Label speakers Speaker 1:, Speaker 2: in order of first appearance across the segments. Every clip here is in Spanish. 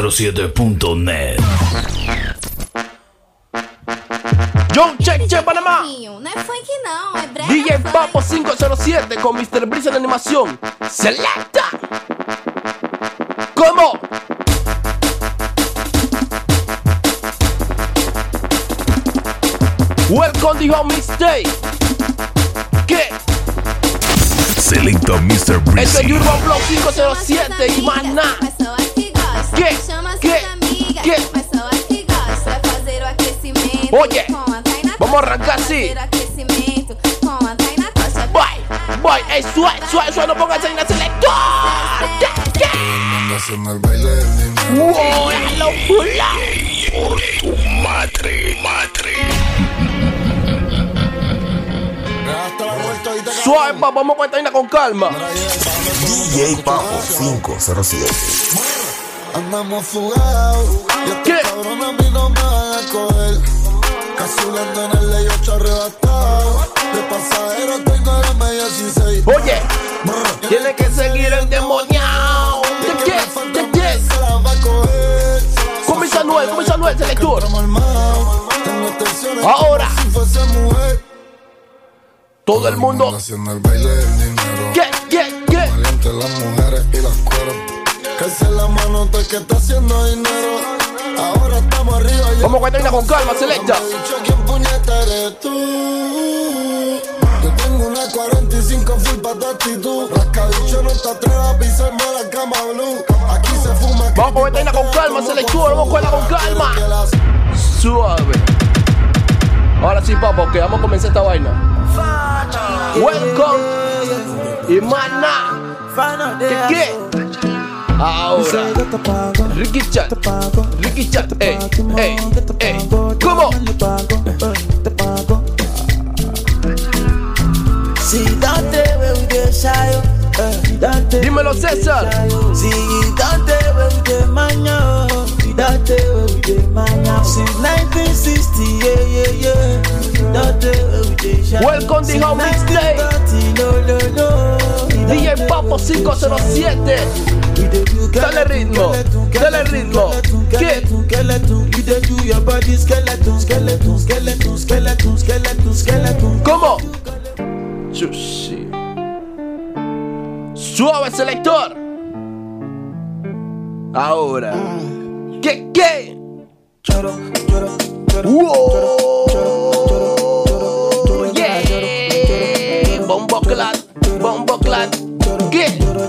Speaker 1: UrbanFlow507.net
Speaker 2: John Check Che Panamá.
Speaker 3: Não é funk, não, é brega.
Speaker 2: DJ
Speaker 3: funk.
Speaker 2: Papo 507 con Mr. Breeze en animación. ¡Selecta! ¿Cómo? Welcome to your mistake. ¿Qué?
Speaker 1: Selecta Mr.
Speaker 2: Esto es
Speaker 1: Breezy.
Speaker 2: Urban Flow
Speaker 3: Chama suas
Speaker 2: 507 y más
Speaker 3: amigas,
Speaker 2: nada.
Speaker 3: Pessoas que gostam.
Speaker 2: Que?
Speaker 3: Chama
Speaker 2: Que?
Speaker 3: suas amigas.
Speaker 2: Que?
Speaker 3: Pessoas que gostam. Vai fazer o aquecimento.
Speaker 2: Oye,
Speaker 3: com a Taina
Speaker 2: vamos
Speaker 3: Costa.
Speaker 2: arrancar
Speaker 3: Vai
Speaker 2: assim.
Speaker 3: Fazer o aquecimento com a Taina Costa.
Speaker 2: Voy, voy, eh, ey, suave, suave, suave, no pongas en la selector. ¿Qué?
Speaker 4: Andas en el baile del niño.
Speaker 2: ¡Wow, la locura!
Speaker 4: Hasta la vuelta y te
Speaker 2: Suave, papá, vamos con esta vaina con calma.
Speaker 4: DJ Papo
Speaker 5: 507.
Speaker 4: Andamos fugados. Y
Speaker 2: ¿Qué?
Speaker 4: este cabrón a mí no me van a coger. Casulando en el ley 8 arrebatado. De pasajero tengo la media 16.
Speaker 2: Oye,
Speaker 4: Brr.
Speaker 2: tiene que seguir el demoniado.
Speaker 4: Y
Speaker 2: ¿Qué?
Speaker 4: que me falta
Speaker 2: ¿Qué?
Speaker 4: una se la va a coger.
Speaker 2: Comienza Noel, comienza Noel, selector.
Speaker 4: Estamos armados. Tengo tensiones
Speaker 2: Ahora.
Speaker 4: como si fuese mujer.
Speaker 2: Todo el mundo.
Speaker 4: Andas en el baile del dinero.
Speaker 2: ¿Qué? ¿Qué? ¿Qué?
Speaker 4: Valiente las mujeres y las cueros. Calce la mano del que está haciendo dinero. Ahora estamos arriba y
Speaker 2: Vamos con esta vaina con calma,
Speaker 4: me
Speaker 2: selecta.
Speaker 4: he dicho quién puñeta eres tú. Yo tengo una 45 full pa' tu actitud. Rascabicho no te atrevas a pisarme la cama blue. Aquí se fuma.
Speaker 2: Vamos con esta vaina con calma, selector. Vamos con ella con calma.
Speaker 4: Que las-
Speaker 2: Suave. Ahora sí, papá, ok, vamos a comenzar esta vaina. Welcome. Y más nada. ¿Qué? Ahora. Ricky Chat. Ricky Chat. Ey, ey, ey. ¿Cómo?
Speaker 6: Si don't te veo y te sayo, eh, don't te
Speaker 2: Dímelo,
Speaker 6: veo y te
Speaker 2: César.
Speaker 6: sayo. Si don't te veo y te maño, si don't te veo y te maño. Since 1960, yeah, yeah, yeah. Si don't te veo y te sayo.
Speaker 2: Welcome to
Speaker 6: Since
Speaker 2: Home Mixtape.
Speaker 6: 1930, no, no, no. Si don't
Speaker 2: DJ
Speaker 6: te
Speaker 2: Papo
Speaker 6: veo y te sayo.
Speaker 2: 507.
Speaker 6: We dey do
Speaker 2: Dale ritmo, dale ritmo.
Speaker 6: skeleton,
Speaker 2: ¿Qué?
Speaker 6: skeleton, skeleton. You dey do your body skeleton, skeleton, skeleton, skeleton, skeleton, skeleton.
Speaker 2: ¿Cómo? Chushi. Suave selector. Ahora. ¿Qué? ¿Qué?
Speaker 6: Choro, choro, choro.
Speaker 2: Wow. Yeah. Bombo clan, bombo clan. ¿Qué? Lloro,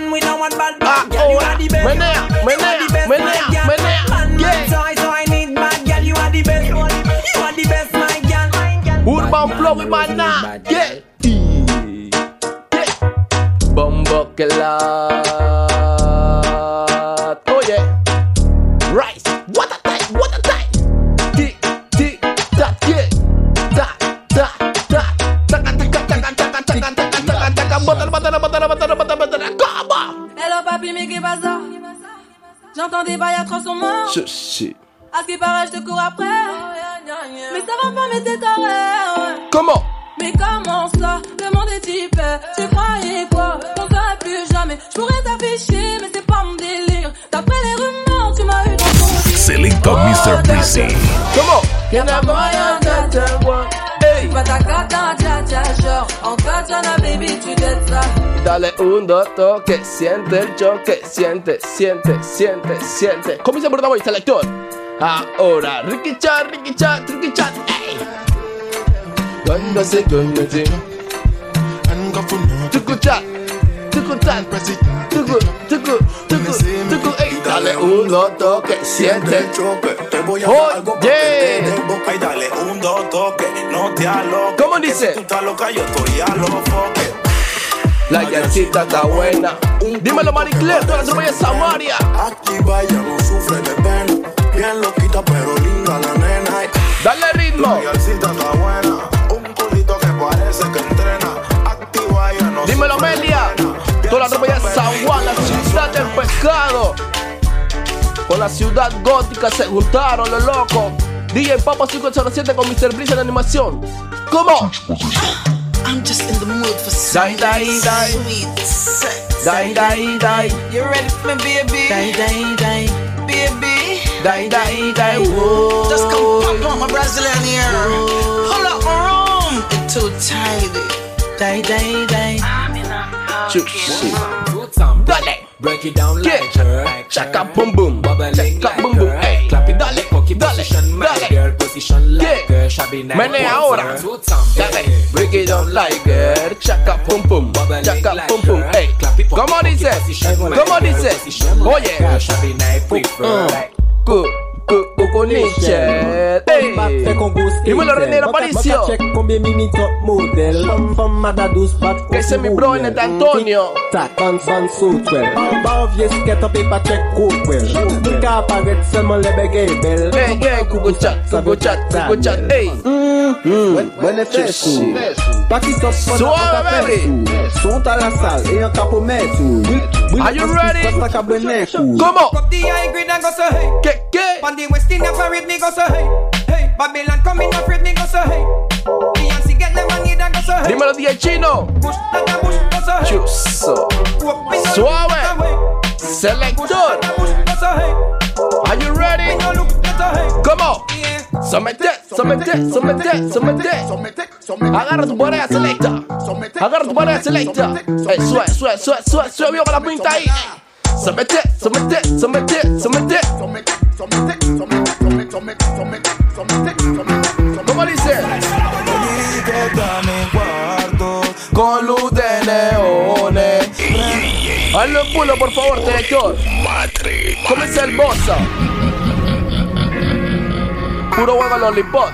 Speaker 7: we don't want bad
Speaker 2: Ah,
Speaker 7: bad girl. You
Speaker 2: alright.
Speaker 7: are the best. You
Speaker 2: Menea,
Speaker 7: are
Speaker 2: menea,
Speaker 7: the best,
Speaker 2: menea,
Speaker 7: my girl.
Speaker 2: menea.
Speaker 7: Man,
Speaker 2: Yeah.
Speaker 7: man, so I so I need bad girl. You are the best. You are the best, my girl.
Speaker 2: Urban Flow y Maná. Yeah. Yeah. Bombo que la. Oye. Oh, Rice. What a time. What a time. Ti, ti, ta, yeah. Ta, ta, ta. Taca, taca, taca, taca, taca, taca, taca, taca. Bótala, bótala, bótala, bótala, bótala, bótala. ¿Cómo?
Speaker 8: Hello papi, mais qu'est bazar J'entends des bails atroces en moi
Speaker 2: Sushi.
Speaker 8: À ce qui paraît, je te cours après Mais ça va pas, mais t'es taré ouais.
Speaker 2: ¿Cómo?
Speaker 8: Mais comment ça Le monde est hyper Tu croyais quoi On serait plus jamais Je pourrais t'afficher, mais c'est pas mon délire D'après les rumeurs, tu m'as eu dans ton lit.
Speaker 1: Selecta
Speaker 8: Oh,
Speaker 1: Mr.
Speaker 8: t'as-
Speaker 1: Breezy.
Speaker 2: ¿Cómo?
Speaker 8: Y'en a moyen de te voir
Speaker 2: Ey.
Speaker 8: Pas ta cata, tcha tcha genre En katana baby, tu t'aides ça
Speaker 2: Dale un dos toque, siente el choque, siente, siente, siente, siente. Comienza por voz, selector. Ahora, Ricky Chat, Ricky Chat, Ricky Chat, ey. Cuando se conoce,
Speaker 4: Tengo fumo.
Speaker 2: tucu chat, tucu chat, tucu, tucu, tucu, tucu, ey. Dale un dos toque, siente el choque.
Speaker 9: choque. Te voy a
Speaker 2: Oye.
Speaker 9: dar algo pa' que te dé boca y dale un dos toques. No te aloques.
Speaker 2: ¿Cómo
Speaker 9: que
Speaker 2: dice?
Speaker 9: Si tú estás loca, yo estoy a los foques.
Speaker 2: La yarcita está buena. Dímelo, Maricler, tú la tropa de Samaria.
Speaker 4: Aquí vaya, no sufre de pena. Bien loquita, pero linda la nena.
Speaker 2: Dale ritmo.
Speaker 9: Realcita está buena. Un culito que parece que entrena. Activa ya no
Speaker 2: Dímelo,
Speaker 9: sufre de
Speaker 2: Amelia.
Speaker 9: pena.
Speaker 2: Tú
Speaker 9: Piensa
Speaker 2: la tropa de
Speaker 9: en
Speaker 2: San
Speaker 9: mí,
Speaker 2: Juan, Chicago. Con la ciudad gótica se juntaron los locos. DJ Papa 507 con Mr. Bliss en animación. ¿Cómo?
Speaker 10: I'm just in the mood for
Speaker 2: Dai,
Speaker 10: some
Speaker 2: dai, dai.
Speaker 10: sweet sex.
Speaker 2: Dai, dai, dai.
Speaker 10: You ready for me, baby?
Speaker 6: Dai,
Speaker 10: dai, dai, baby.
Speaker 2: Dai, dai, dai. Whoa.
Speaker 10: Just come pop on my Brazilian ear.
Speaker 7: Oh.
Speaker 10: Pull up my room. It's too tidy. Dai, dai, dai.
Speaker 2: Juicy. Dale. Break it down like yeah. Chaka boom boom. Chaka boom boom. Hey. Dale. Dale. Dale. Yeah. Mene ahora. Dale. Break it down like girl. Chaka boom boom. Chaka boom boom. Hey. ¿Cómo dice? ¿Cómo dice? Oye. uh. Cu- cu- Cucuniche. Hey. Dímelo, René Aparicio. Que ese es mi bro en el de Antonio.
Speaker 8: Tac, pan san sotwel An ba ou vye sket an pepa chek kokwel Mwen ka aparet selman lebe gebel
Speaker 2: Hey, hey, cucuchat, cucuchat, cucuchat. Hey.
Speaker 8: Mwen e fesou Pakit op pon
Speaker 2: Suave,
Speaker 8: apat apesou Sont a la sal e an kapo metou
Speaker 2: Are you ready?
Speaker 8: Kota ka benekou
Speaker 2: ¿Cómo?
Speaker 11: Up the high grade and go so hey.
Speaker 2: ¿Qué, qué?
Speaker 11: On the west in parade me go so hey. Hey, Babylon come in afraid me go so hey. Beyonce get them on it and go so hey.
Speaker 2: Dímelo, DJ Chino.
Speaker 11: Push and a push go so hey.
Speaker 2: Chuso.
Speaker 11: Walk me no
Speaker 2: Suave.
Speaker 11: look that way. Push
Speaker 2: Selector.
Speaker 11: and a push go so hey.
Speaker 2: Are you ready?
Speaker 11: Me no look that so hey.
Speaker 2: ¿Cómo?
Speaker 11: Yeah.
Speaker 2: Somete, somete, somete, somete. Agarra tu pareja selecta. Agarra tu pareja selecta. Eh, sue, sue, sue, sue, sue, viva la pinta ahí. eh. Somete, somete, somete, somete. ¿Cómo dice? Con luz de neones. Hazlo en pulo, por favor, selector. Comienza el bossa. Puro huevo lollipop.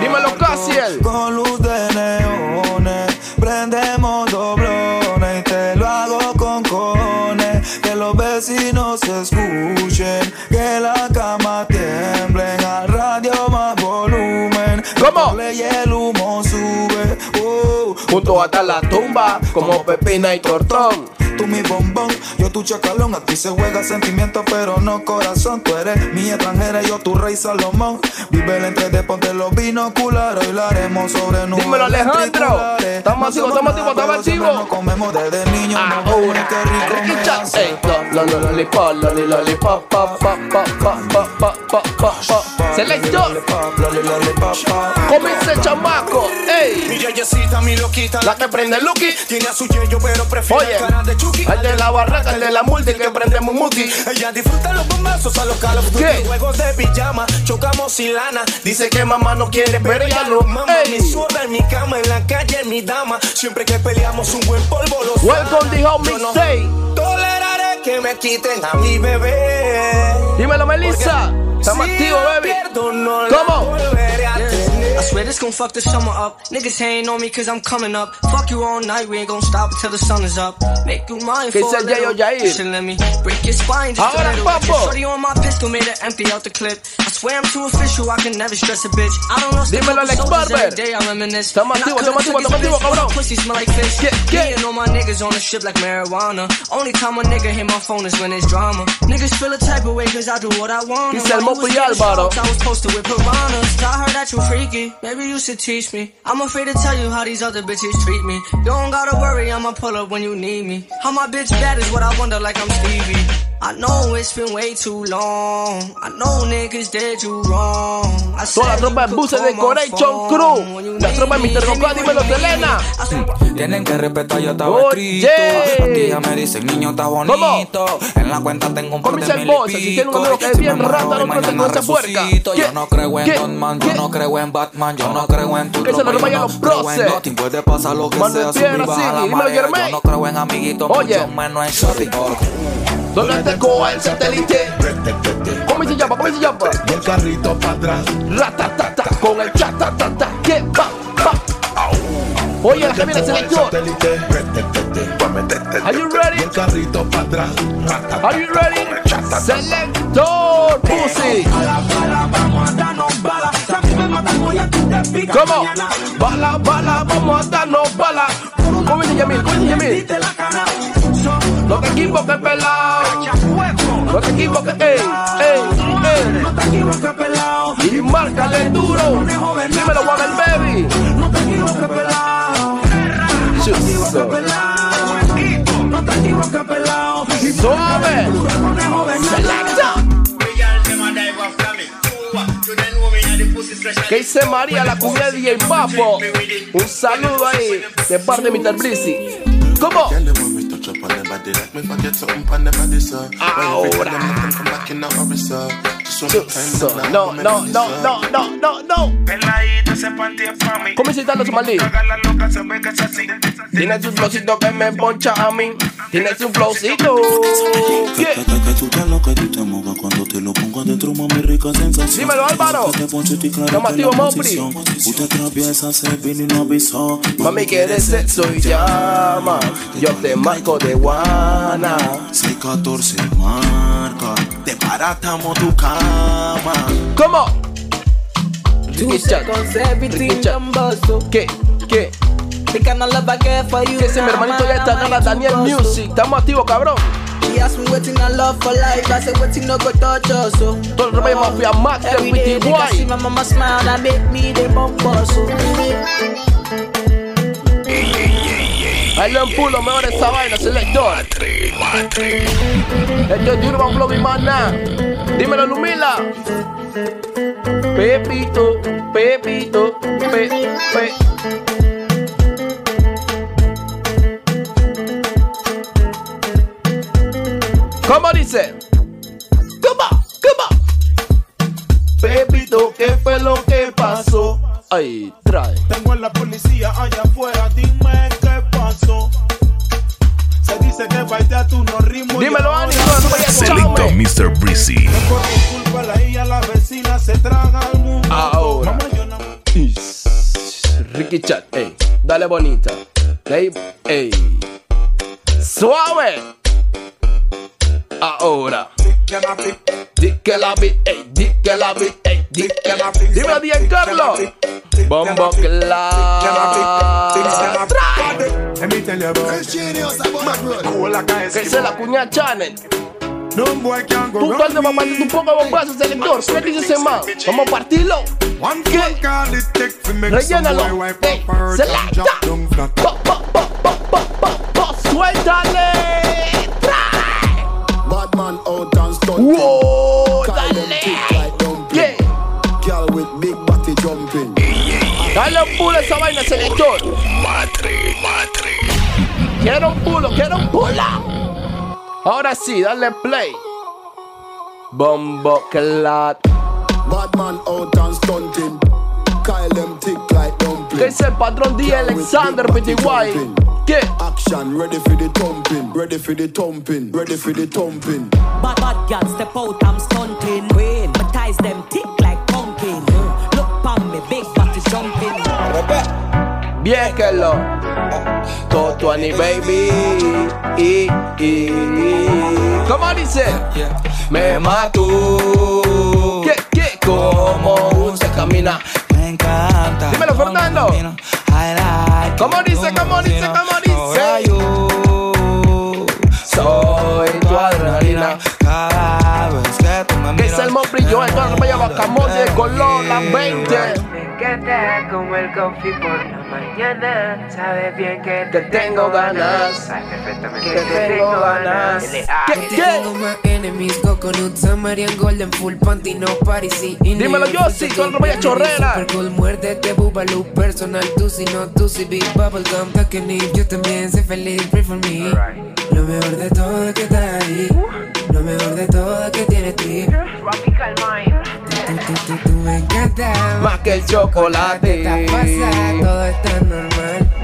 Speaker 2: Dímelo, Casiel.
Speaker 4: Con luz de neones, prendemos doblones y te lo hago con cones. Que los vecinos escuchen, que la cama tiemblen, al radio más volumen.
Speaker 2: ¿Cómo?
Speaker 4: doble Y el humo sube, oh,
Speaker 2: Junto hasta la tumba, como pepina y tortón.
Speaker 4: Tú mi bombón, yo tu chacalón. Aquí se juega sentimiento, pero no corazón. Tú eres mi extranjera, yo tu rey Salomón. Vive el entre de ponte los binoculares. Hoy la haremos sobre nubes.
Speaker 2: Dímelo, Alejandro.
Speaker 4: lentriculares.
Speaker 2: Estamos
Speaker 4: No
Speaker 2: activos,
Speaker 4: hacemos
Speaker 2: estamos activos, estamos
Speaker 4: nada, pero siempre
Speaker 2: activos.
Speaker 4: Nos comemos desde niño.
Speaker 2: Ahora, Ricky Chan. Ey, lo- lo- lollipop, lolli- lollipop, pa, pa, pa, pa, pa, pa, pa, pa, pa. Selector, comienza el chamaco. Ey,
Speaker 4: Mi yeyecita, mi loquita,
Speaker 2: la que prende el Lucky.
Speaker 4: tiene a su yeyo, pero prefiere
Speaker 2: Oye,
Speaker 4: cara de Chucky.
Speaker 2: el de la barraca, el de la multi, el que prende mumuti.
Speaker 4: Ella disfruta los bombazos a los Call of Duty,
Speaker 2: ¿Qué?
Speaker 4: juegos de pijama, chocamos sin lana.
Speaker 2: Dice que mamá no quiere, pero ella lo
Speaker 4: mama, mi
Speaker 2: ey.
Speaker 4: zurda en mi cama, en la calle mi dama. Siempre que peleamos un buen polvo lo
Speaker 2: Welcome the home
Speaker 4: Yo no
Speaker 2: mixtape.
Speaker 4: toleraré que me quiten a mi bebé.
Speaker 2: Dímelo, Melissa. Estamos
Speaker 4: si
Speaker 2: activos,
Speaker 4: la
Speaker 2: baby.
Speaker 4: pierdo, no la
Speaker 2: ¿Cómo?
Speaker 4: volveré a tener.
Speaker 6: I swear this gon' fuck this summer up. Niggas hating on me cause I'm coming up. Fuck you all night, we ain't gon' stop till the sun is up. Make you mine
Speaker 2: Que
Speaker 6: for a
Speaker 2: sea Yayo
Speaker 6: little.
Speaker 2: Yair.
Speaker 6: Just let me break your spine just
Speaker 2: Ahora,
Speaker 6: a little.
Speaker 2: papo.
Speaker 6: Shorty on my pistol made it empty out the clip. I swear I'm too official, I can never stress a bitch. I don't know
Speaker 2: Dímelo, Alex Barber.
Speaker 6: Day I reminisce.
Speaker 2: Estamos
Speaker 6: And I
Speaker 2: activos, estamos
Speaker 6: could've
Speaker 2: activos,
Speaker 6: took his
Speaker 2: estamos activos,
Speaker 6: piss, but
Speaker 2: cabrón.
Speaker 6: Pussy smell like fish.
Speaker 2: Yeah, yeah.
Speaker 6: Me and all my niggas on the ship like marijuana. Only time a nigga hit my phone is when it's drama. Niggas feel a type of way cause I do what I want.
Speaker 2: Dice el Mopo y Álvaro.
Speaker 6: I was posted with piranhas. I heard that you freaky. Maybe you should teach me. I'm afraid to tell you how these other bitches treat me. You don't gotta worry, I'ma pull up when you need me. How my bitch bad is what I wonder, like I'm Stevie. I know it's been way too long. I know niggas did you wrong. I said
Speaker 2: Toda la tropa
Speaker 6: you
Speaker 2: en buses
Speaker 6: could
Speaker 2: de
Speaker 6: call my
Speaker 2: Correction
Speaker 6: phone
Speaker 2: Crew.
Speaker 6: when you
Speaker 2: La
Speaker 6: need
Speaker 2: tropa de
Speaker 6: me.
Speaker 2: Mr. Roca,
Speaker 6: Give me
Speaker 2: dímelo,
Speaker 6: what you need.
Speaker 2: Selena.
Speaker 6: I said-
Speaker 12: Tienen que respetar, yo estaba
Speaker 2: Oye.
Speaker 12: escrito. Aquí ya me dicen, niño, está bonito. En la cuenta tengo un par
Speaker 2: Comienza
Speaker 12: de
Speaker 2: el
Speaker 12: mil y
Speaker 2: bolso, si tiene un
Speaker 12: pico.
Speaker 2: amigo que es
Speaker 12: Si
Speaker 2: bien
Speaker 12: me muero
Speaker 2: rata,
Speaker 12: hoy,
Speaker 2: no trate con
Speaker 12: mañana
Speaker 2: esa puerca.
Speaker 12: resucito.
Speaker 2: ¿Qué?
Speaker 12: Yo no creo en
Speaker 2: ¿Qué?
Speaker 12: Don Man,
Speaker 2: ¿Qué?
Speaker 12: yo no creo en Batman, yo no creo en tu
Speaker 2: Que se lo
Speaker 12: tropa,
Speaker 2: vayan
Speaker 12: yo no
Speaker 2: los
Speaker 12: creo en
Speaker 2: próceres.
Speaker 12: Nothing. Puede pasar lo que
Speaker 2: Mano de
Speaker 12: sea, subir,
Speaker 2: piedra,
Speaker 12: bajar la
Speaker 2: sí, dímelo,
Speaker 12: marea.
Speaker 2: Germain.
Speaker 12: Yo no creo en amiguitos,
Speaker 2: Oye.
Speaker 12: mucho menos en shorty.
Speaker 2: ¿Dónde está el coa, el satélite? ¿Cómo se llama? ¿Cómo se llama?
Speaker 13: Y el carrito para atrás.
Speaker 2: Ratatata con el chatatata. ¿Qué va? Va. Oye, la camina selector.
Speaker 13: satélite.
Speaker 2: Are you
Speaker 13: Y
Speaker 2: ready?
Speaker 13: el carrito para atrás.
Speaker 2: Are you ready? Selector Pussy.
Speaker 11: Bala, bala, vamos a darnos bala. La vive matamos y a ti te
Speaker 2: pica. ¿Cómo? Bala, bala, vamos a darnos bala. Con Vinny Yamil, con Vinny Yamil. No te equivoques, pelao. No te equivoques, ey, ey, ey. No te equivoques, pelao. Y márcale duro. Dímelo, Wagner Baby. No te equivoques, pelao. No te equivoques, pelao. No te equivoques, pelao. Suave. Selecta. ¿Qué hice María, la cumbia de DJ Papo? Un saludo ahí de parte de Mr. Blissy. ¿Cómo?
Speaker 14: Girl, they want me touch up on their body like me forget something on their body, sir. When you
Speaker 2: Ahora.
Speaker 14: them, make them come back in a hurry, sir. Just one more time,
Speaker 2: So,
Speaker 14: look now,
Speaker 2: no,
Speaker 14: come and
Speaker 2: no,
Speaker 14: listen,
Speaker 2: no,
Speaker 14: sir.
Speaker 2: no, no, no, no. ¿Cómo se los somalí? Tienes un flowcito que me poncha a mí. Tienes un flowcito. Yeah.
Speaker 15: Que tú te lo que tú te mojas cuando te lo pongo adentro, mami, rica sensación.
Speaker 2: Dímelo, Álvaro.
Speaker 15: Que te ponche y clarita
Speaker 2: Estamos activos,
Speaker 15: la
Speaker 2: Mopri.
Speaker 15: posición. Usted traviesa, se vino y no avisó.
Speaker 2: Mami quiere sexo y llama. Yo te marco de guana.
Speaker 15: 614 marca. Te baratamos tu cama.
Speaker 2: ¿Cómo?
Speaker 16: Two seconds, everything numbers.
Speaker 2: ¿Qué? ¿Qué? Que ese mi hermanito ya está gana Daniel Music. Estamos activos, cabrón.
Speaker 16: She asked me waiting I love for life. I said waiting no go touch us. So.
Speaker 2: Todo el rey mafia Max del
Speaker 16: Every day they can see
Speaker 2: BTY.
Speaker 16: my mama smile that make me the bumper. So.
Speaker 2: Ahí lo empulo, mejor esa vaina, selector. Esto es Urban Flow y más nada. Dímelo, Lumila. Pepito, Pepito, pe, pe. ¿Cómo dice? ¿Cómo? ¿Cómo? Pepito, ¿qué fue lo que pasó? Ay, trae.
Speaker 17: Tengo a la policía allá afuera, dime qué pasó. Se dice que baila tú no ritmo.
Speaker 2: Dímelo, Ani,
Speaker 1: Selecto Mr. Breezy.
Speaker 17: Culpa la hija, la vecina se traga al mundo.
Speaker 2: Ahora. Is- Ricky Chat, ey. Dale bonita. Ey, ey. Suave. Ahora. Di que la vi, ey. Di que la vi, ey. Di que la vi. Dímelo, Diego Carlos. Bombo Clan.
Speaker 4: Ah.
Speaker 2: Que se la cuña Channel. Tú cuando mamá te tu poco bombazo, selector. ¿Qué dice ese man? Vamos a partirlo. ¿Qué? Rellénalo. Ey, Selecta. Pa, pa, pa, pa, pa, pa, pa. Suéltale.
Speaker 4: Bad man out and stunt.
Speaker 2: Whoa,
Speaker 4: Tie them thick like dumpling. Girl with big body jumping.
Speaker 2: Dale un pulo a esa vaina, selector. Madre, madre. Quiero un pulo, quiero un pulo. Ahora sí, dale play. Bombo clat.
Speaker 4: Bad man out and stunting. Kyle them thick like dumpling.
Speaker 2: ¿Qué dice el patrón D. Alexander PTY? ¿Qué?
Speaker 4: Action ready for the thumping. Ready for the thumping. Ready for the thumping.
Speaker 18: Bad bad girl step out, I'm stunting. Queen, my ties them thick like pumpkin. Mm. Look pon me, big body jumping.
Speaker 2: Bien que lo. Totuani baby. Y, y. ¿Cómo dice? Me mato. ¿Qué, qué? ¿Cómo se camina?
Speaker 11: Me encanta.
Speaker 2: Dímelo, Fernando. ¿Cómo dice? ¿Cómo dice? ¿Cómo dice? soy tu adrenalina.
Speaker 11: Cada vez que tú me
Speaker 2: Que
Speaker 11: miras.
Speaker 2: es el Mopri Joel, con el Bacamote, Colón, la 20.
Speaker 19: Me encanta como el coffee por la mañana. Sabes bien que
Speaker 2: Te tengo ganas.
Speaker 19: Ay, perfectamente.
Speaker 2: Que te tengo ganas.
Speaker 19: Que tengo más enemies, coconut, Samarian, golden, full panty, no parisi.
Speaker 2: Dímelo, Yossi, con ropa ya chorrera.
Speaker 19: Super cool, muérdete, bubaloo, personal, tú si no, tú si big bubblegum, tucking it. Yo también sé feliz, pray for me. Lo mejor de todo es que está ahí. Lo mejor de todo es que tienes trip. Tú, tú, tú, tú me encantas.
Speaker 2: Más que el chocolate.
Speaker 19: Te pasa, todo está normal.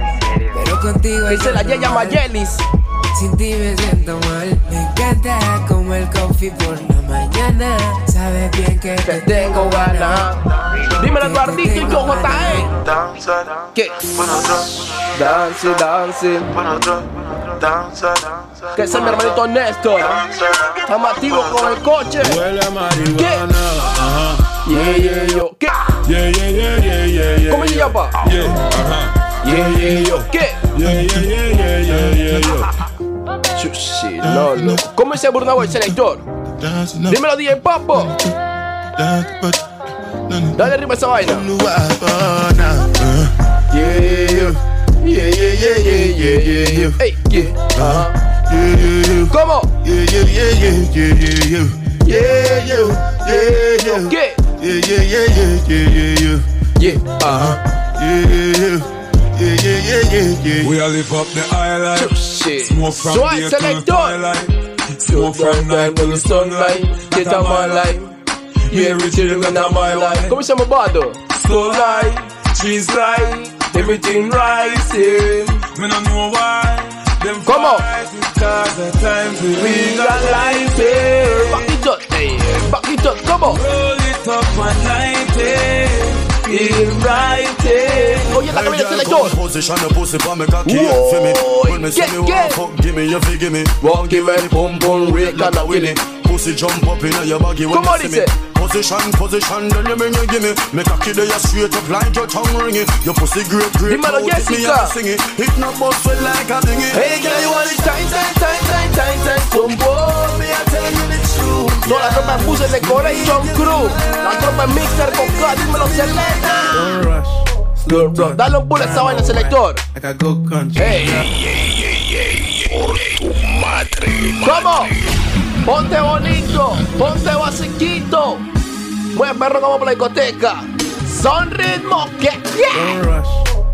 Speaker 19: Pero contigo
Speaker 2: Dice la Yeya Mayelis.
Speaker 19: Sin ti me siento mal. Me encanta como el coffee por la mañana. Sabes bien que te
Speaker 2: tengo ganas. Dímelo, Eduardito y yo, JE. ¿Qué? Dance, dance. Que es mi hermanito Néstor. Estamos activos con el coche.
Speaker 20: Huele a marihuana, ajá. Yeah, yeah, yo.
Speaker 2: ¿Qué?
Speaker 20: Yeah, yeah, yeah, yeah, yeah,
Speaker 2: yeah, ¿Cómo se llama?
Speaker 11: Yeah, ajá.
Speaker 2: Yeah, yeah, yo. ¿Qué?
Speaker 11: Yeah, yeah, yeah, yeah, yeah, yeah, yo. Ah,
Speaker 2: Sushi, Lolo. ¿Cómo se burlaba el selector? Dímelo, DJ Papo. Dale arriba esa vaina.
Speaker 11: Yeah, yo. Yeah, yeah, yeah, yeah, yeah, yeah, yo.
Speaker 2: Ey, yeah.
Speaker 11: Ajá. Yeah, yeah, yo.
Speaker 2: ¿Cómo?
Speaker 11: Yeah, yeah, yeah, yeah, yeah, yeah, yo. Yeah, yo. Yeah, yo.
Speaker 2: ¿Qué?
Speaker 11: Yeah, yeah, yeah, yeah, yeah, yeah, yo.
Speaker 2: Yeah,
Speaker 11: Ajá. Yeah, yeah, yo. Yeah, yeah, yeah, yeah, yeah. We all live up the island.
Speaker 2: Shit.
Speaker 11: Smoke from
Speaker 2: So I
Speaker 11: day till
Speaker 2: select done.
Speaker 11: twilight.
Speaker 2: So
Speaker 11: Smoke from night till the sunlight.
Speaker 2: Get on my life. Yeah, we children and on my life. ¿Cómo se llama Bado?
Speaker 11: Slow light, trees light, everything rising. Me no know why. Them
Speaker 2: Come on.
Speaker 11: fight is cause the times we
Speaker 2: We
Speaker 11: got
Speaker 2: Back
Speaker 11: life here.
Speaker 2: it up, hey. Back it up, come on.
Speaker 11: Roll it up eh? and light it. In writing.
Speaker 2: Oye, la
Speaker 4: Hey,
Speaker 2: camina
Speaker 4: girl,
Speaker 2: del selector.
Speaker 4: come position your pussy for me cocky
Speaker 2: Whoa,
Speaker 4: and for me. When me
Speaker 2: yeah,
Speaker 4: say me want
Speaker 2: yeah.
Speaker 4: fuck, give me, you fi give me. Walk give me, pump pump, rate like a willy. Pussy jump up inna your baggy when
Speaker 2: Come on,
Speaker 4: you
Speaker 2: he
Speaker 4: see me.
Speaker 2: said.
Speaker 4: Position, position, then you bring you give me. Me cocky there, you straight up like your tongue ringing. Your pussy great,
Speaker 2: The
Speaker 4: great.
Speaker 2: man of
Speaker 4: mouth, hit me
Speaker 2: Jessica.
Speaker 4: and sing it. Hit no bust well like a dinghy.
Speaker 2: Hey, girl, you want it time, time, time, time, time, time. Combo, me, I tell you the truth. No, la tropa puse de Correction Crew. La tropa Mixer con K, dímelo, selecta.
Speaker 11: Don't rush. Slow down.
Speaker 2: Dale un bullet a esa vaina, selector.
Speaker 11: Like a good country.
Speaker 2: Hey,
Speaker 1: Madre.
Speaker 2: ¿cómo? Ponte bonito, ponte basiquito. Mueve perro como por la discoteca. Son ritmo que. Yeah.
Speaker 11: Don't rush.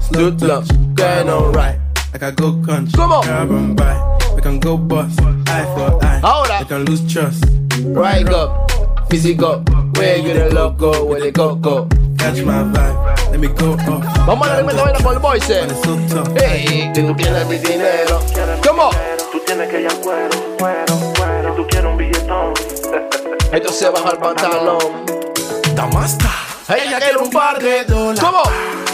Speaker 11: Slow down. Going on right. Like a good country.
Speaker 2: Come on.
Speaker 11: Grab and buy. We can go bust. Eye for eye.
Speaker 2: Ahora.
Speaker 11: We can lose trust.
Speaker 2: Right up, physical. Where you the loco, where the coco.
Speaker 11: Catch my vibe. Let me go up.
Speaker 2: Vamos a darle esta vaina con el voice. eh.
Speaker 11: When it's so tough.
Speaker 2: Hey, tú quieres mi dinero. Come on.
Speaker 21: Tú tienes que ya cuero, cuero, cuero. Si tú quieres un billetón,
Speaker 2: Entonces baja el pantalón.
Speaker 21: Damasta.
Speaker 2: Ella quiere un
Speaker 21: par de dólares.
Speaker 2: ¿Cómo?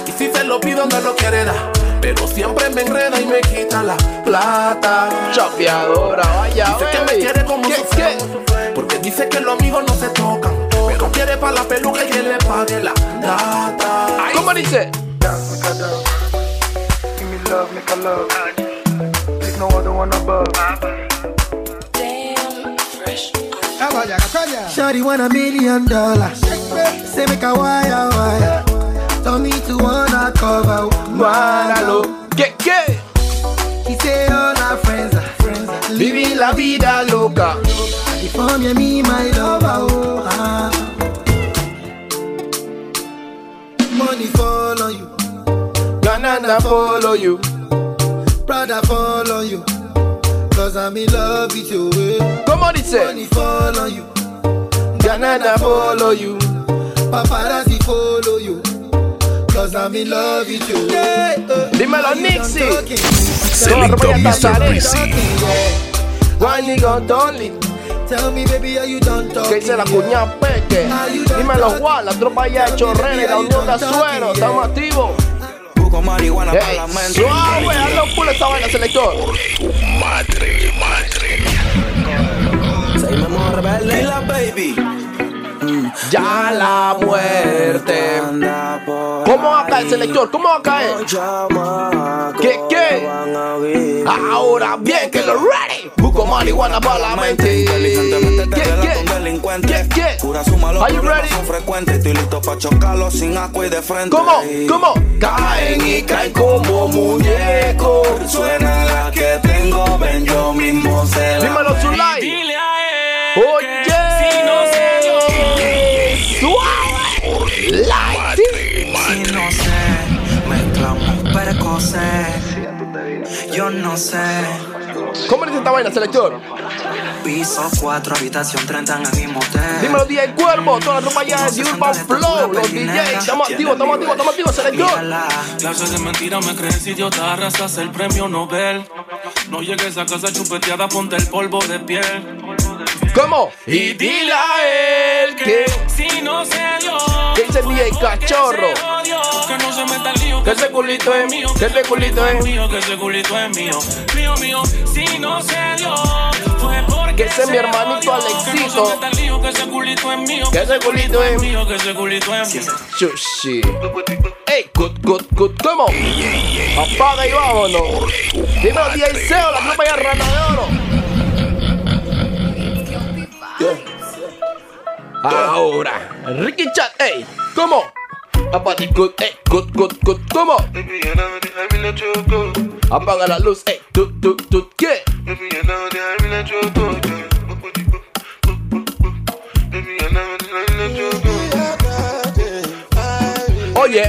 Speaker 21: Y si te lo pido, no lo quiere dar. Pero siempre me enreda y me quita la plata.
Speaker 2: Chapeadora, vaya,
Speaker 21: Dice que me
Speaker 2: baby.
Speaker 21: quiere como
Speaker 2: ¿Qué,
Speaker 21: si fuera un sufre, Porque dice que los amigos no se tocan. Pero quiere para la peluca y que le pague la data.
Speaker 2: qué? ¿Cómo dice?
Speaker 22: Give me love, make a love. There's no other one above.
Speaker 23: Shawty want a million dollars. Say make a wire wire. Tell me to wanna cover.
Speaker 2: Máralo. ¿Qué, qué?
Speaker 23: He say all our friends are friends. Are
Speaker 2: Viví la vida loca.
Speaker 23: living for me and me my lover. Oh, ah. Money follow you,
Speaker 2: Ganana follow you.
Speaker 23: brother follow you. Cause I'm in love with you. eh.
Speaker 2: ¿Cómo dice?
Speaker 23: Money follow you,
Speaker 2: Ganana follow you.
Speaker 23: paparazzi follow you. Cause I'm in love with you. Yeah, uh,
Speaker 2: Dímelo,
Speaker 23: money don't
Speaker 2: Nixie.
Speaker 23: talk it.
Speaker 1: Selecto
Speaker 2: Corre,
Speaker 1: Mr.
Speaker 2: tataré.
Speaker 1: Breezy.
Speaker 2: Wine y Gondoli.
Speaker 23: Tell me, baby, are you done talking?
Speaker 2: Que dice la cuña Peque. Dímelo, Juan. La tropa ya de Chorrera y la unión de Azuero. Estamos activos.
Speaker 24: Busco marihuana para
Speaker 2: Ey,
Speaker 24: la mente.
Speaker 2: suave. Hazle un pull a esa vaina, selector.
Speaker 1: Madre, madre.
Speaker 24: Soy mamón rebelde. la baby.
Speaker 2: Ya la muerte.
Speaker 24: Anda por
Speaker 2: ¿Cómo va a
Speaker 24: ahí.
Speaker 2: caer, selector? ¿Cómo va a caer?
Speaker 24: Chamaco,
Speaker 2: ¿Qué, qué?
Speaker 24: van a vivir.
Speaker 2: Ahora bien que lo ready. Busco marihuana para la mente.
Speaker 24: Inteligentemente te
Speaker 2: ¿Qué,
Speaker 24: relato
Speaker 2: qué?
Speaker 24: un delincuente.
Speaker 2: ¿Qué, qué?
Speaker 24: Cura suma los
Speaker 2: Are you
Speaker 24: problemas
Speaker 2: ready?
Speaker 24: son frecuentes. Estoy listo pa' chocarlos sin agua y de frente.
Speaker 2: ¿Cómo?
Speaker 24: Ey.
Speaker 2: ¿Cómo?
Speaker 24: Caen y caen como muñecos. Suena la que tengo, ven yo mismo se la.
Speaker 2: Dímelo, Zulay. Oye. Suave. Light.
Speaker 25: Si no sé, mezclamos percoces. Yo no sé.
Speaker 2: ¿Cómo dice esta vaina, selector?
Speaker 25: Piso 4, habitación 30 en el mismo hotel.
Speaker 2: Dímelo, DJ Cuervo. Toda la ropa ya de Urban Flow. Los DJs. Estamos activos, estamos activos, estamos activos, selector.
Speaker 8: Clases de mentira me crees idiota, arrasas el premio Nobel. No llegues a casa chupeteada, ponte el polvo de piel.
Speaker 2: ¿Cómo?
Speaker 8: Y dile a él que si no se dio,
Speaker 2: ¿Qué dice el DJ Cachorro?
Speaker 8: que no se meta el lío,
Speaker 2: Que ese culito es mío, que ese culito es
Speaker 8: mío, que ese culito es mío, mío, mío. Si no se dio,
Speaker 2: Que ese es mi hermanito Alexito. Que ese culito es mío. Que ese culito es mío. Sushi. Ey, good, good, good. ¿Cómo? Apaga y vámonos. Dímelo, DJ Seo, la pluma y el rana de oro. Ahora, Ricky Chat, ey, ¿cómo? Apati good, ey, good, good, good, ¿cómo? Apaga la luz, eh, ey, tut, tut, tut, ¿qué? Oye,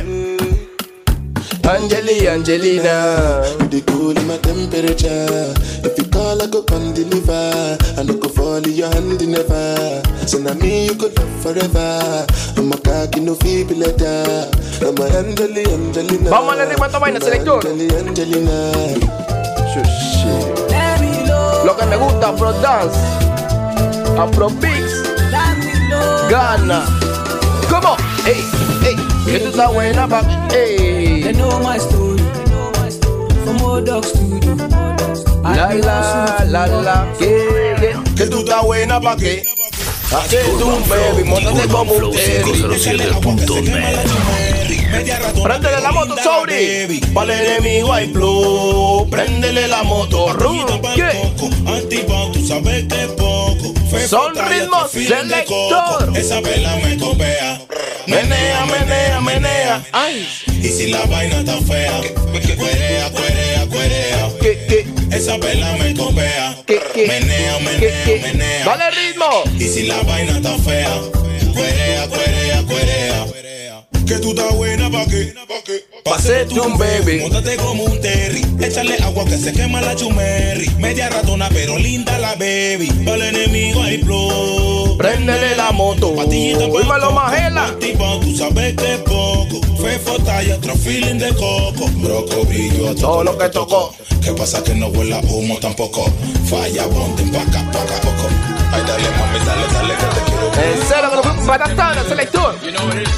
Speaker 2: Angeli, Angelina.
Speaker 26: You dey cool in my temperature. If you call, I go come deliver. I no go fall in your hand never. So now me you could love forever. I'm a cocky no feeble letter. I'm a Angeli, Angelina.
Speaker 2: Vamos a la rima, toma vaina, selector.
Speaker 26: Angeli, Angelina.
Speaker 2: Lo que me gusta, Afro Dance, Afro Beats, Ghana. ¿Cómo? Ey, ey, que tú estás buena, papi. Ey.
Speaker 3: They know my story. From old dog studio.
Speaker 2: La la la la que, que, que tú estás buena pa' qué. Aquí tú un baby, montate como un Prendele la moto, Sauri. Para el enemigo hay blue. Préndele la moto, Ru.
Speaker 8: Antibao, tú sabes que es poco. Fe
Speaker 2: Son
Speaker 8: fatal, ya
Speaker 2: ritmos
Speaker 8: te fíen de coco.
Speaker 2: selector.
Speaker 8: Esa vela me copea. Menea, menea, menea. Y si la vaina está fea, cuerea, cuerea, cuerea. Esa vela me copea. Menea, menea, menea.
Speaker 2: Dale ritmo.
Speaker 8: Y si la vaina está fea, cuerea, cuerea, cuerea. Que tú estás buena pa' qué? Pa' ser tu baby. Montate como un terry. Échale agua que se quema la chumerri. Media ratona, pero linda la baby. Para el enemigo hay flow.
Speaker 2: Préndele la moto.
Speaker 8: Patillita
Speaker 2: Uy, me lo majela.
Speaker 8: Tipo, tú sabes que es poco. Fue y otro feeling de coco. Broco brillo a todo lo que tocó. ¿Qué pasa que no huela humo tampoco? Falla, ponte empaca, paca, poco. Ay, dale, mami, dale, dale, que te quiero.
Speaker 2: En serio, que los grupos para estar, selector.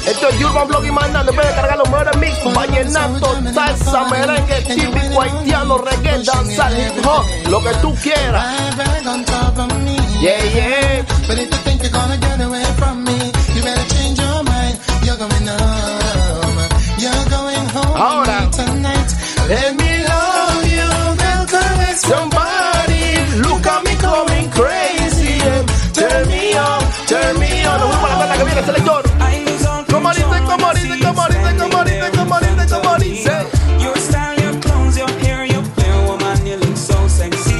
Speaker 2: Esto es Urban Blog y mandando. Puede cargar los mejores mix. Vallenato, salsa, merengue, típico haitiano, reggae, danza, hip hop. Lo que tú quieras.
Speaker 26: Rag on top of me.
Speaker 2: Yeah, yeah.
Speaker 26: But if you think you're gonna get away from me, you better change your mind. You're going home. You're going home
Speaker 2: Ahora.
Speaker 26: tonight. Let me love you. Welcome as
Speaker 2: somebody. Look at me coming crazy. Turn me on, turn me on. Nos vemos la banda que viene, selector. Como dice, como dice, como dice, como dice, como dice, como dice.
Speaker 3: Your style, your clothes, your hair, your hair, woman, you look so sexy.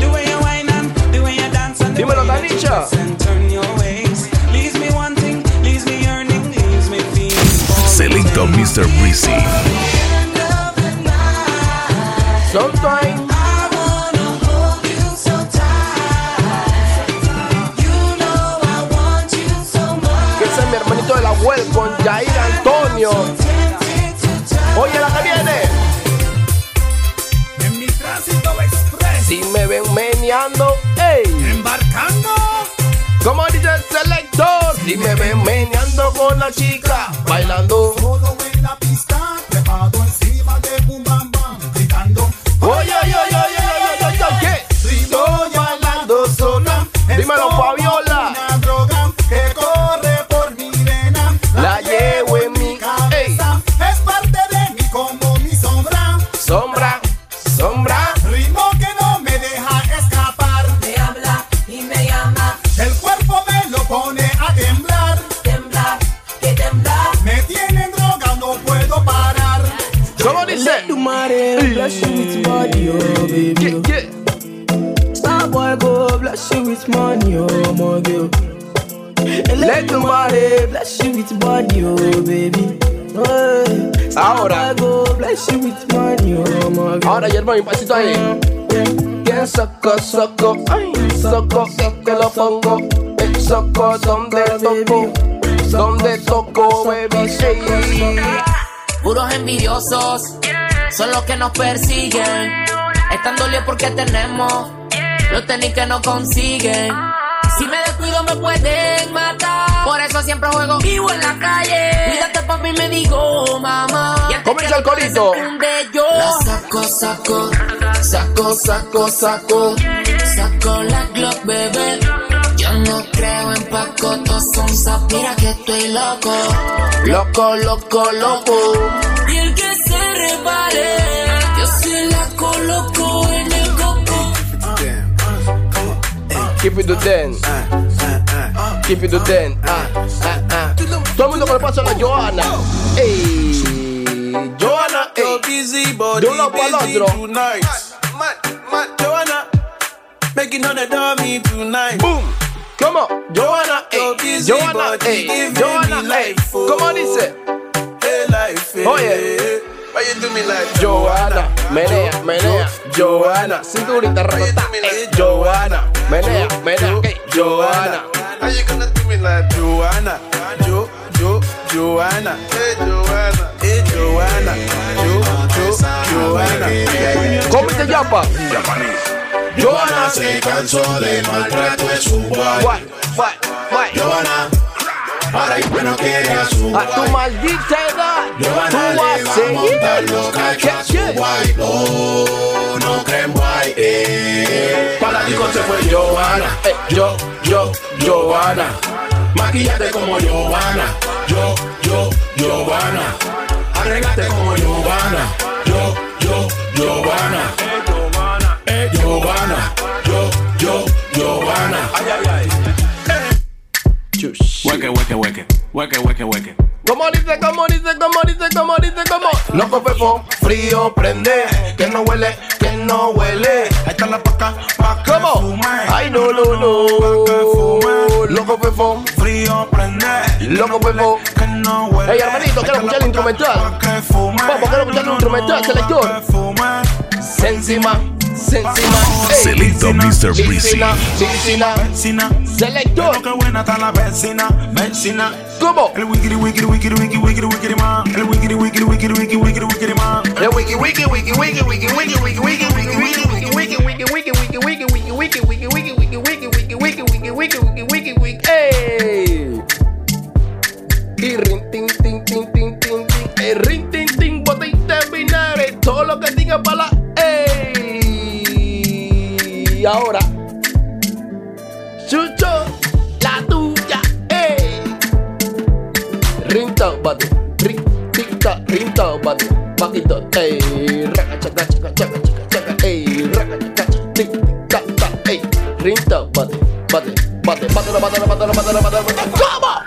Speaker 3: The way you whine and the way you dance and the way
Speaker 2: Dímelo,
Speaker 3: you
Speaker 2: Tanicha.
Speaker 3: dress and turn your ways. Leaves me wanting, leaves me yearning, leaves me feeling.
Speaker 1: Selecto Mr. Breezy.
Speaker 2: Sometimes. Que ese es mi hermanito de la web con Jair Antonio. Oye, la que viene.
Speaker 27: En mi tránsito express,
Speaker 2: Si me ven meneando, ey.
Speaker 27: embarcando,
Speaker 2: Como dice el selector, si me ven meneando con la chica, bailando.
Speaker 27: todo en la pista, trepado encima de un bam bam, gritando.
Speaker 2: Oye, oye, oye, oye, oye, oye, oye, ¿qué?
Speaker 27: Estoy bailando sola,
Speaker 2: Dímelo,
Speaker 27: es como
Speaker 2: Fabiola.
Speaker 27: Una droga que corre por mi vena,
Speaker 2: La llevo en mi
Speaker 27: cabeza, es parte de mí como mi sombra,
Speaker 2: sombra, sombra.
Speaker 27: ritmo que no me deja escapar.
Speaker 3: Me habla y me llama,
Speaker 27: El cuerpo me lo pone a temblar.
Speaker 3: temblar, que temblar.
Speaker 27: Me tienen droga, no puedo parar.
Speaker 2: ¿Cómo dice?
Speaker 3: Tu madre, bless you with body, oh
Speaker 2: ¿Qué,
Speaker 3: baby.
Speaker 2: qué?
Speaker 3: Star boy go bless you with money, oh my girl. And let your money bless you with body, oh baby. Oh. Hey, Star
Speaker 2: Ahora.
Speaker 3: boy go bless you with money, oh my girl.
Speaker 2: Ahora, yerba, mi pasito ahí. Que soco, soco, ay, soco, que lo pongo. Eh, Soco, donde toco, donde toco, baby, sí.
Speaker 23: Puros envidiosos son los que nos persiguen. Están dolidos porque tenemos los tenis que no consiguen. Si me descuido me pueden matar. Por eso siempre juego vivo en la calle. Cuídate papi me digo mamá. Y antes
Speaker 2: Comienza
Speaker 23: que
Speaker 2: el corito.
Speaker 23: de yo. La saco, saco, saco, saco, saco, saco, con la Glock, bebé. Yo no creo en pacotos, son zap, mira que estoy loco. Loco, loco, loco. Y el que se repare, yo se la coloco en el coco.
Speaker 2: Keep it to ten. Keep it to ten. Ah, ah, ah. Todo el mundo con el paso a la Johanna. Ey, Johanna, ey. De uno para el otro.
Speaker 11: tonight. Mad, mad, Joanna, making on the dummy tonight.
Speaker 2: Boom. Come on, Johanna,
Speaker 11: Your
Speaker 2: ey.
Speaker 11: busy
Speaker 2: Johanna,
Speaker 11: body
Speaker 2: ey.
Speaker 11: giving me
Speaker 2: Johanna, ey.
Speaker 11: life, oh.
Speaker 2: ¿Cómo dice?
Speaker 11: Hey, life. Hey.
Speaker 2: Oye.
Speaker 11: Why you do me like
Speaker 2: Johanna, menea, menea, Johanna, cinturita rota, eh, Johanna, menea, menea, eh, Johanna,
Speaker 11: How you gonna do me like Joanna? Jo, Jo, Joanna. Hey, Joanna. Hey, Joanna. Jo, Jo, Joanna.
Speaker 2: ¿cómo se llama? Johanna,
Speaker 1: se cansó del maltrato de su
Speaker 2: guay,
Speaker 1: guay.
Speaker 2: guay, guay,
Speaker 1: Johanna, ahora y bueno quiere a su
Speaker 2: a tu
Speaker 1: guay.
Speaker 2: maldita edad, tú
Speaker 1: Johanna
Speaker 2: vas
Speaker 1: le
Speaker 2: a
Speaker 1: va a montar
Speaker 2: seguir,
Speaker 1: los cachos a su
Speaker 2: Yeah, yeah.
Speaker 1: guay. Oh, no creen guay. Eh. Para la disco se fue Johanna, eh, yo, yo, Johanna. Maquillate como Johanna, yo, yo, Johanna. Arreglate como Giovanna, yo, yo, Giovanna. Eh, Giovanna, yo, yo, Giovanna. Ay, ay, ay. Eh.
Speaker 28: Hueque, hueque, hueque. Hueque, hueque, hueque.
Speaker 2: como dice, como dice, como dice, como dice, como,
Speaker 1: Loco fefo, frío prende, que no huele, que no huele. Ahí está la paca, pa' que
Speaker 2: ¿Cómo?
Speaker 1: fume.
Speaker 2: ay no, no, no, loco fefo,
Speaker 11: Frío prende,
Speaker 2: loco fefo,
Speaker 11: que no huele.
Speaker 2: Ey, hermanito, quiero escuchar el instrumental.
Speaker 11: Que fume.
Speaker 2: Vamos, quiero escuchar el instrumental, selector.
Speaker 11: Que fume.
Speaker 2: Se encima, se encima, ey.
Speaker 29: Selecto Mr. Breezy.
Speaker 2: Vecina, vecina,
Speaker 11: Vecina. Pero
Speaker 2: selector,
Speaker 11: qué buena está la vecina. Vecina.
Speaker 2: ¿cómo?
Speaker 11: El wikiri wikiri wikiri wikiri wikiri wikiri man. El wikiri wikiri wikiri wikiri wikiri wikiri man.
Speaker 2: El wiki, wiki, wiki, wiki, wiki, wiki, wiki, wiki, wiki, wiki, wiki, wiki, wiki, wiki, wiki, wiki, wiki, wiki, wiki, wiki, wiki, wiki, wiki, wiki, wiki, wiki, wiki, wiki, wiki, ey. Y rin, tin, tin, tin, tin, tin, tin, ey, rin, tin, tin, botellita de vinagre, todo lo que tenga para la, ey. Y ahora, chucho, la tuya, ey. Rinta, bate, rin, tinta, rinta, bate, paquito, ey, raca, chaca, chaca, chaca, chaca, chaca, ey, raca, chaca, chaca, tic, tic, tac, tac, ey, rinta, bate, bate, bate, bate, bate, bate, bate, bate, bate, bate, bate, ¿cómo?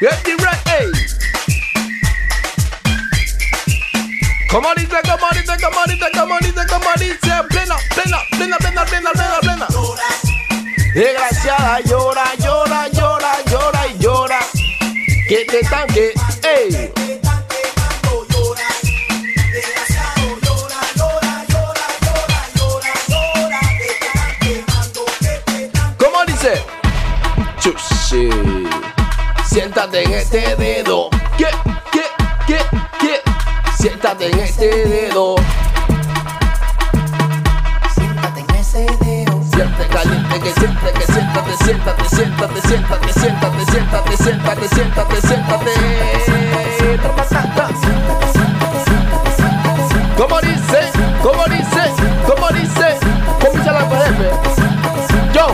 Speaker 2: Get the right, ey. Como dice, como dice, como dice, como dice, como dice, plena, plena, plena, plena, plena, plena, plena. Desgraciada llora, llora, llora, llora y llora. Que te tanque, ey. ¿Cómo dice? Chushi. Siéntate en este dedo. ¿Qué, qué, qué, qué? Siéntate en este dedo.
Speaker 6: Siéntate en ese dedo.
Speaker 2: Siente caliente que siente que siéntate, siéntate, siéntate, siéntate, siéntate, siéntate, siéntate, siéntate, siéntate. ¿Cómo dice? ¿Cómo dice? ¿Cómo dice? ¿Cómo dice la jefe? Yo,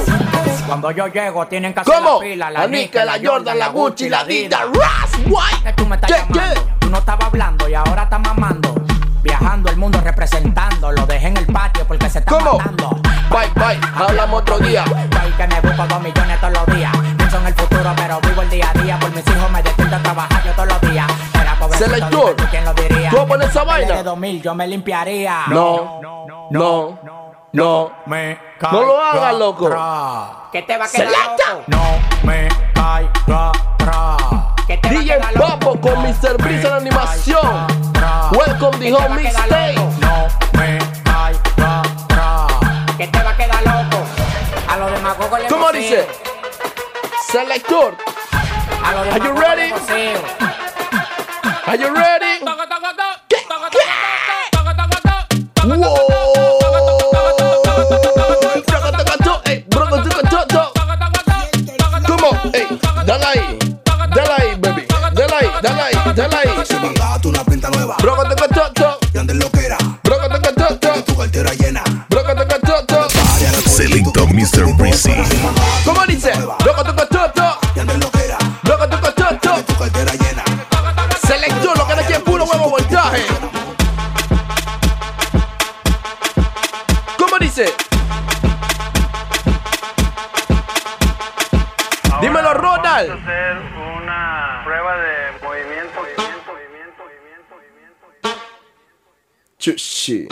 Speaker 8: Cuando yo llego tienen que hacer
Speaker 2: ¿cómo?
Speaker 8: la fila.
Speaker 2: La Nike, la Jordan, la Gucci, la Dita, Ras,
Speaker 8: Que
Speaker 2: White.
Speaker 8: tú me estás
Speaker 2: ¿Qué,
Speaker 8: llamando.
Speaker 2: qué?
Speaker 8: Tú no estabas hablando y ahora estás mamando. Viajando el mundo representando. Lo dejé en el patio porque se está
Speaker 2: ¿Cómo?
Speaker 8: matando.
Speaker 2: Bye, bye, hablamos otro día.
Speaker 8: Estoy que me busco dos millones todos los días. Pienso en el futuro, pero vivo el día a día. Por mis hijos me despierto a trabajar yo todos los días. Era pobre,
Speaker 2: Selector,
Speaker 8: ¿quién lo diría?
Speaker 2: ¿tú vas a poner esa vaina?
Speaker 8: De 2000 yo me limpiaría.
Speaker 2: No, no, no.
Speaker 11: Me
Speaker 2: No lo hagas, loco.
Speaker 8: Que te va a quedar
Speaker 2: Selecta.
Speaker 8: loco.
Speaker 11: No me caiga atrás.
Speaker 8: Que te va a
Speaker 2: DJ
Speaker 8: quedar loco.
Speaker 2: Papo con Mr. Breeze en animación. Welcome the
Speaker 8: Que te va
Speaker 2: home
Speaker 8: a quedar
Speaker 2: mixtape.
Speaker 8: loco.
Speaker 11: No me caiga atrás.
Speaker 8: Que te va a quedar loco. A los demagogos les
Speaker 2: ¿Cómo
Speaker 8: poseo.
Speaker 2: dice? Selector,
Speaker 8: A los
Speaker 2: Are you
Speaker 8: demagogos
Speaker 2: ready?
Speaker 8: les poseo.
Speaker 2: are you ready? ¿Qué? ¿Qué? Wow. Taca, taca, to, ey, broco, tuco, to, to. Come on, ey, dale ahí. Dale ahí, baby. Dale ahí, dale ahí, dale ahí.
Speaker 1: Se manda tu Mr. Breezy.
Speaker 2: ¿Cómo dice? Loco toco toto. Loco toco toto. Selector, lo que aquí es puro huevo voltaje. ¿Cómo dice? Dímelo, Ronald. Chushi.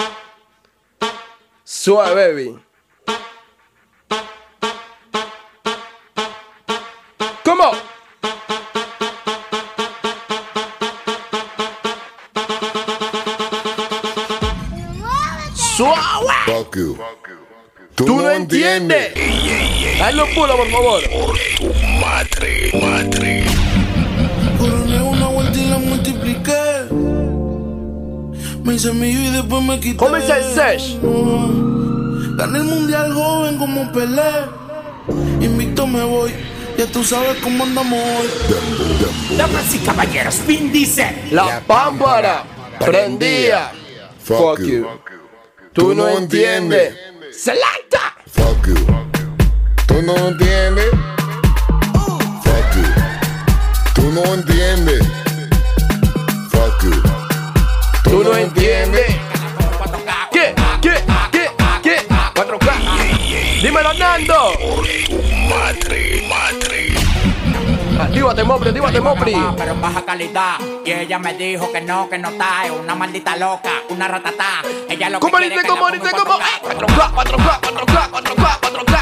Speaker 2: Suave, baby. ¿Cómo? Suave.
Speaker 4: Fuck you.
Speaker 2: Tú, no entiendes. Hazlo puro, por favor.
Speaker 1: Madre, madre.
Speaker 9: Coroné una vuelta y la multipliqué. Me hice mío y después me quité.
Speaker 2: ¿Cómo es el sesh?
Speaker 9: Gané el mundial joven como Pelé. Invicto me voy. Ya tú sabes cómo andamos hoy.
Speaker 18: Damas y caballeros, Vin dice.
Speaker 2: La pámpara prendía. Fuck you. Tú no entiendes. Selecta.
Speaker 4: Fuck you. Tú no entiendes. Fuck you. Tú no entiendes. Fuck you.
Speaker 2: Tú no entiendes. ¿Qué? ¿Qué? ¿Qué? ¿Qué? 4K. Dímelo, Nando.
Speaker 1: Madre, madre.
Speaker 2: Actívate, Mopri, actívate, Mopri.
Speaker 14: Pero en baja calidad. Y ella me dijo que no, que no está. Es una maldita loca, una ratatá. Ella lo
Speaker 2: ¿Cómo
Speaker 14: que
Speaker 2: dice?
Speaker 14: quiere es que
Speaker 2: ¿Cómo
Speaker 14: la
Speaker 2: dice?
Speaker 14: ponga en
Speaker 2: ¿Cómo? 4K, 4K, 4K, 4K, 4K, 4K, 4K.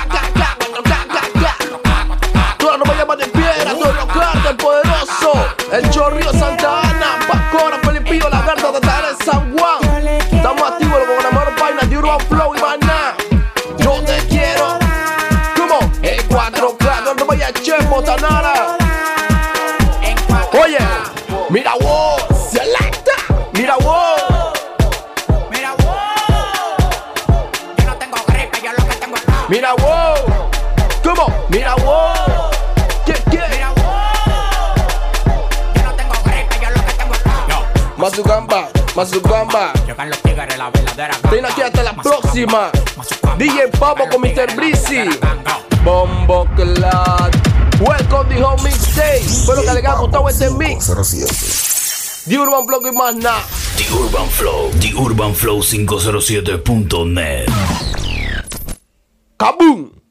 Speaker 2: Toda la llama de piedra, todo lo carta, el poderoso. El chorrillo Santa Ana, Pascora, Felipillo, la carta de en San Juan. Estamos activos con la mejor vaina de Urban Flow y Maná. Yo te quiero. ¿Cómo? El 4K, no te vayas, Chepo, Tanara. Oye, mira vos, selecta, mira vos.
Speaker 14: Mira, wow. Yo no tengo gripe, yo lo que tengo es nada.
Speaker 2: Mira, wow. ¿Cómo? Mira, wow. ¿Qué, qué?
Speaker 14: Mira, wow. Yo no tengo gripe, yo lo que tengo es nada. Yo,
Speaker 2: Mazugamba, Mazugamba.
Speaker 14: llegan los tigres, la verdadera ganga.
Speaker 2: Ten aquí hasta la próxima. DJ Papo con Mr. Breezy. Bombo Clad. Welcome to Home Mixtape. Espero que le haya gustado este mix.
Speaker 26: 07.
Speaker 2: The Urban Vlog y más nada.
Speaker 1: The Urban Flow. The Urban Flow 507.net.
Speaker 2: ¡Kaboom!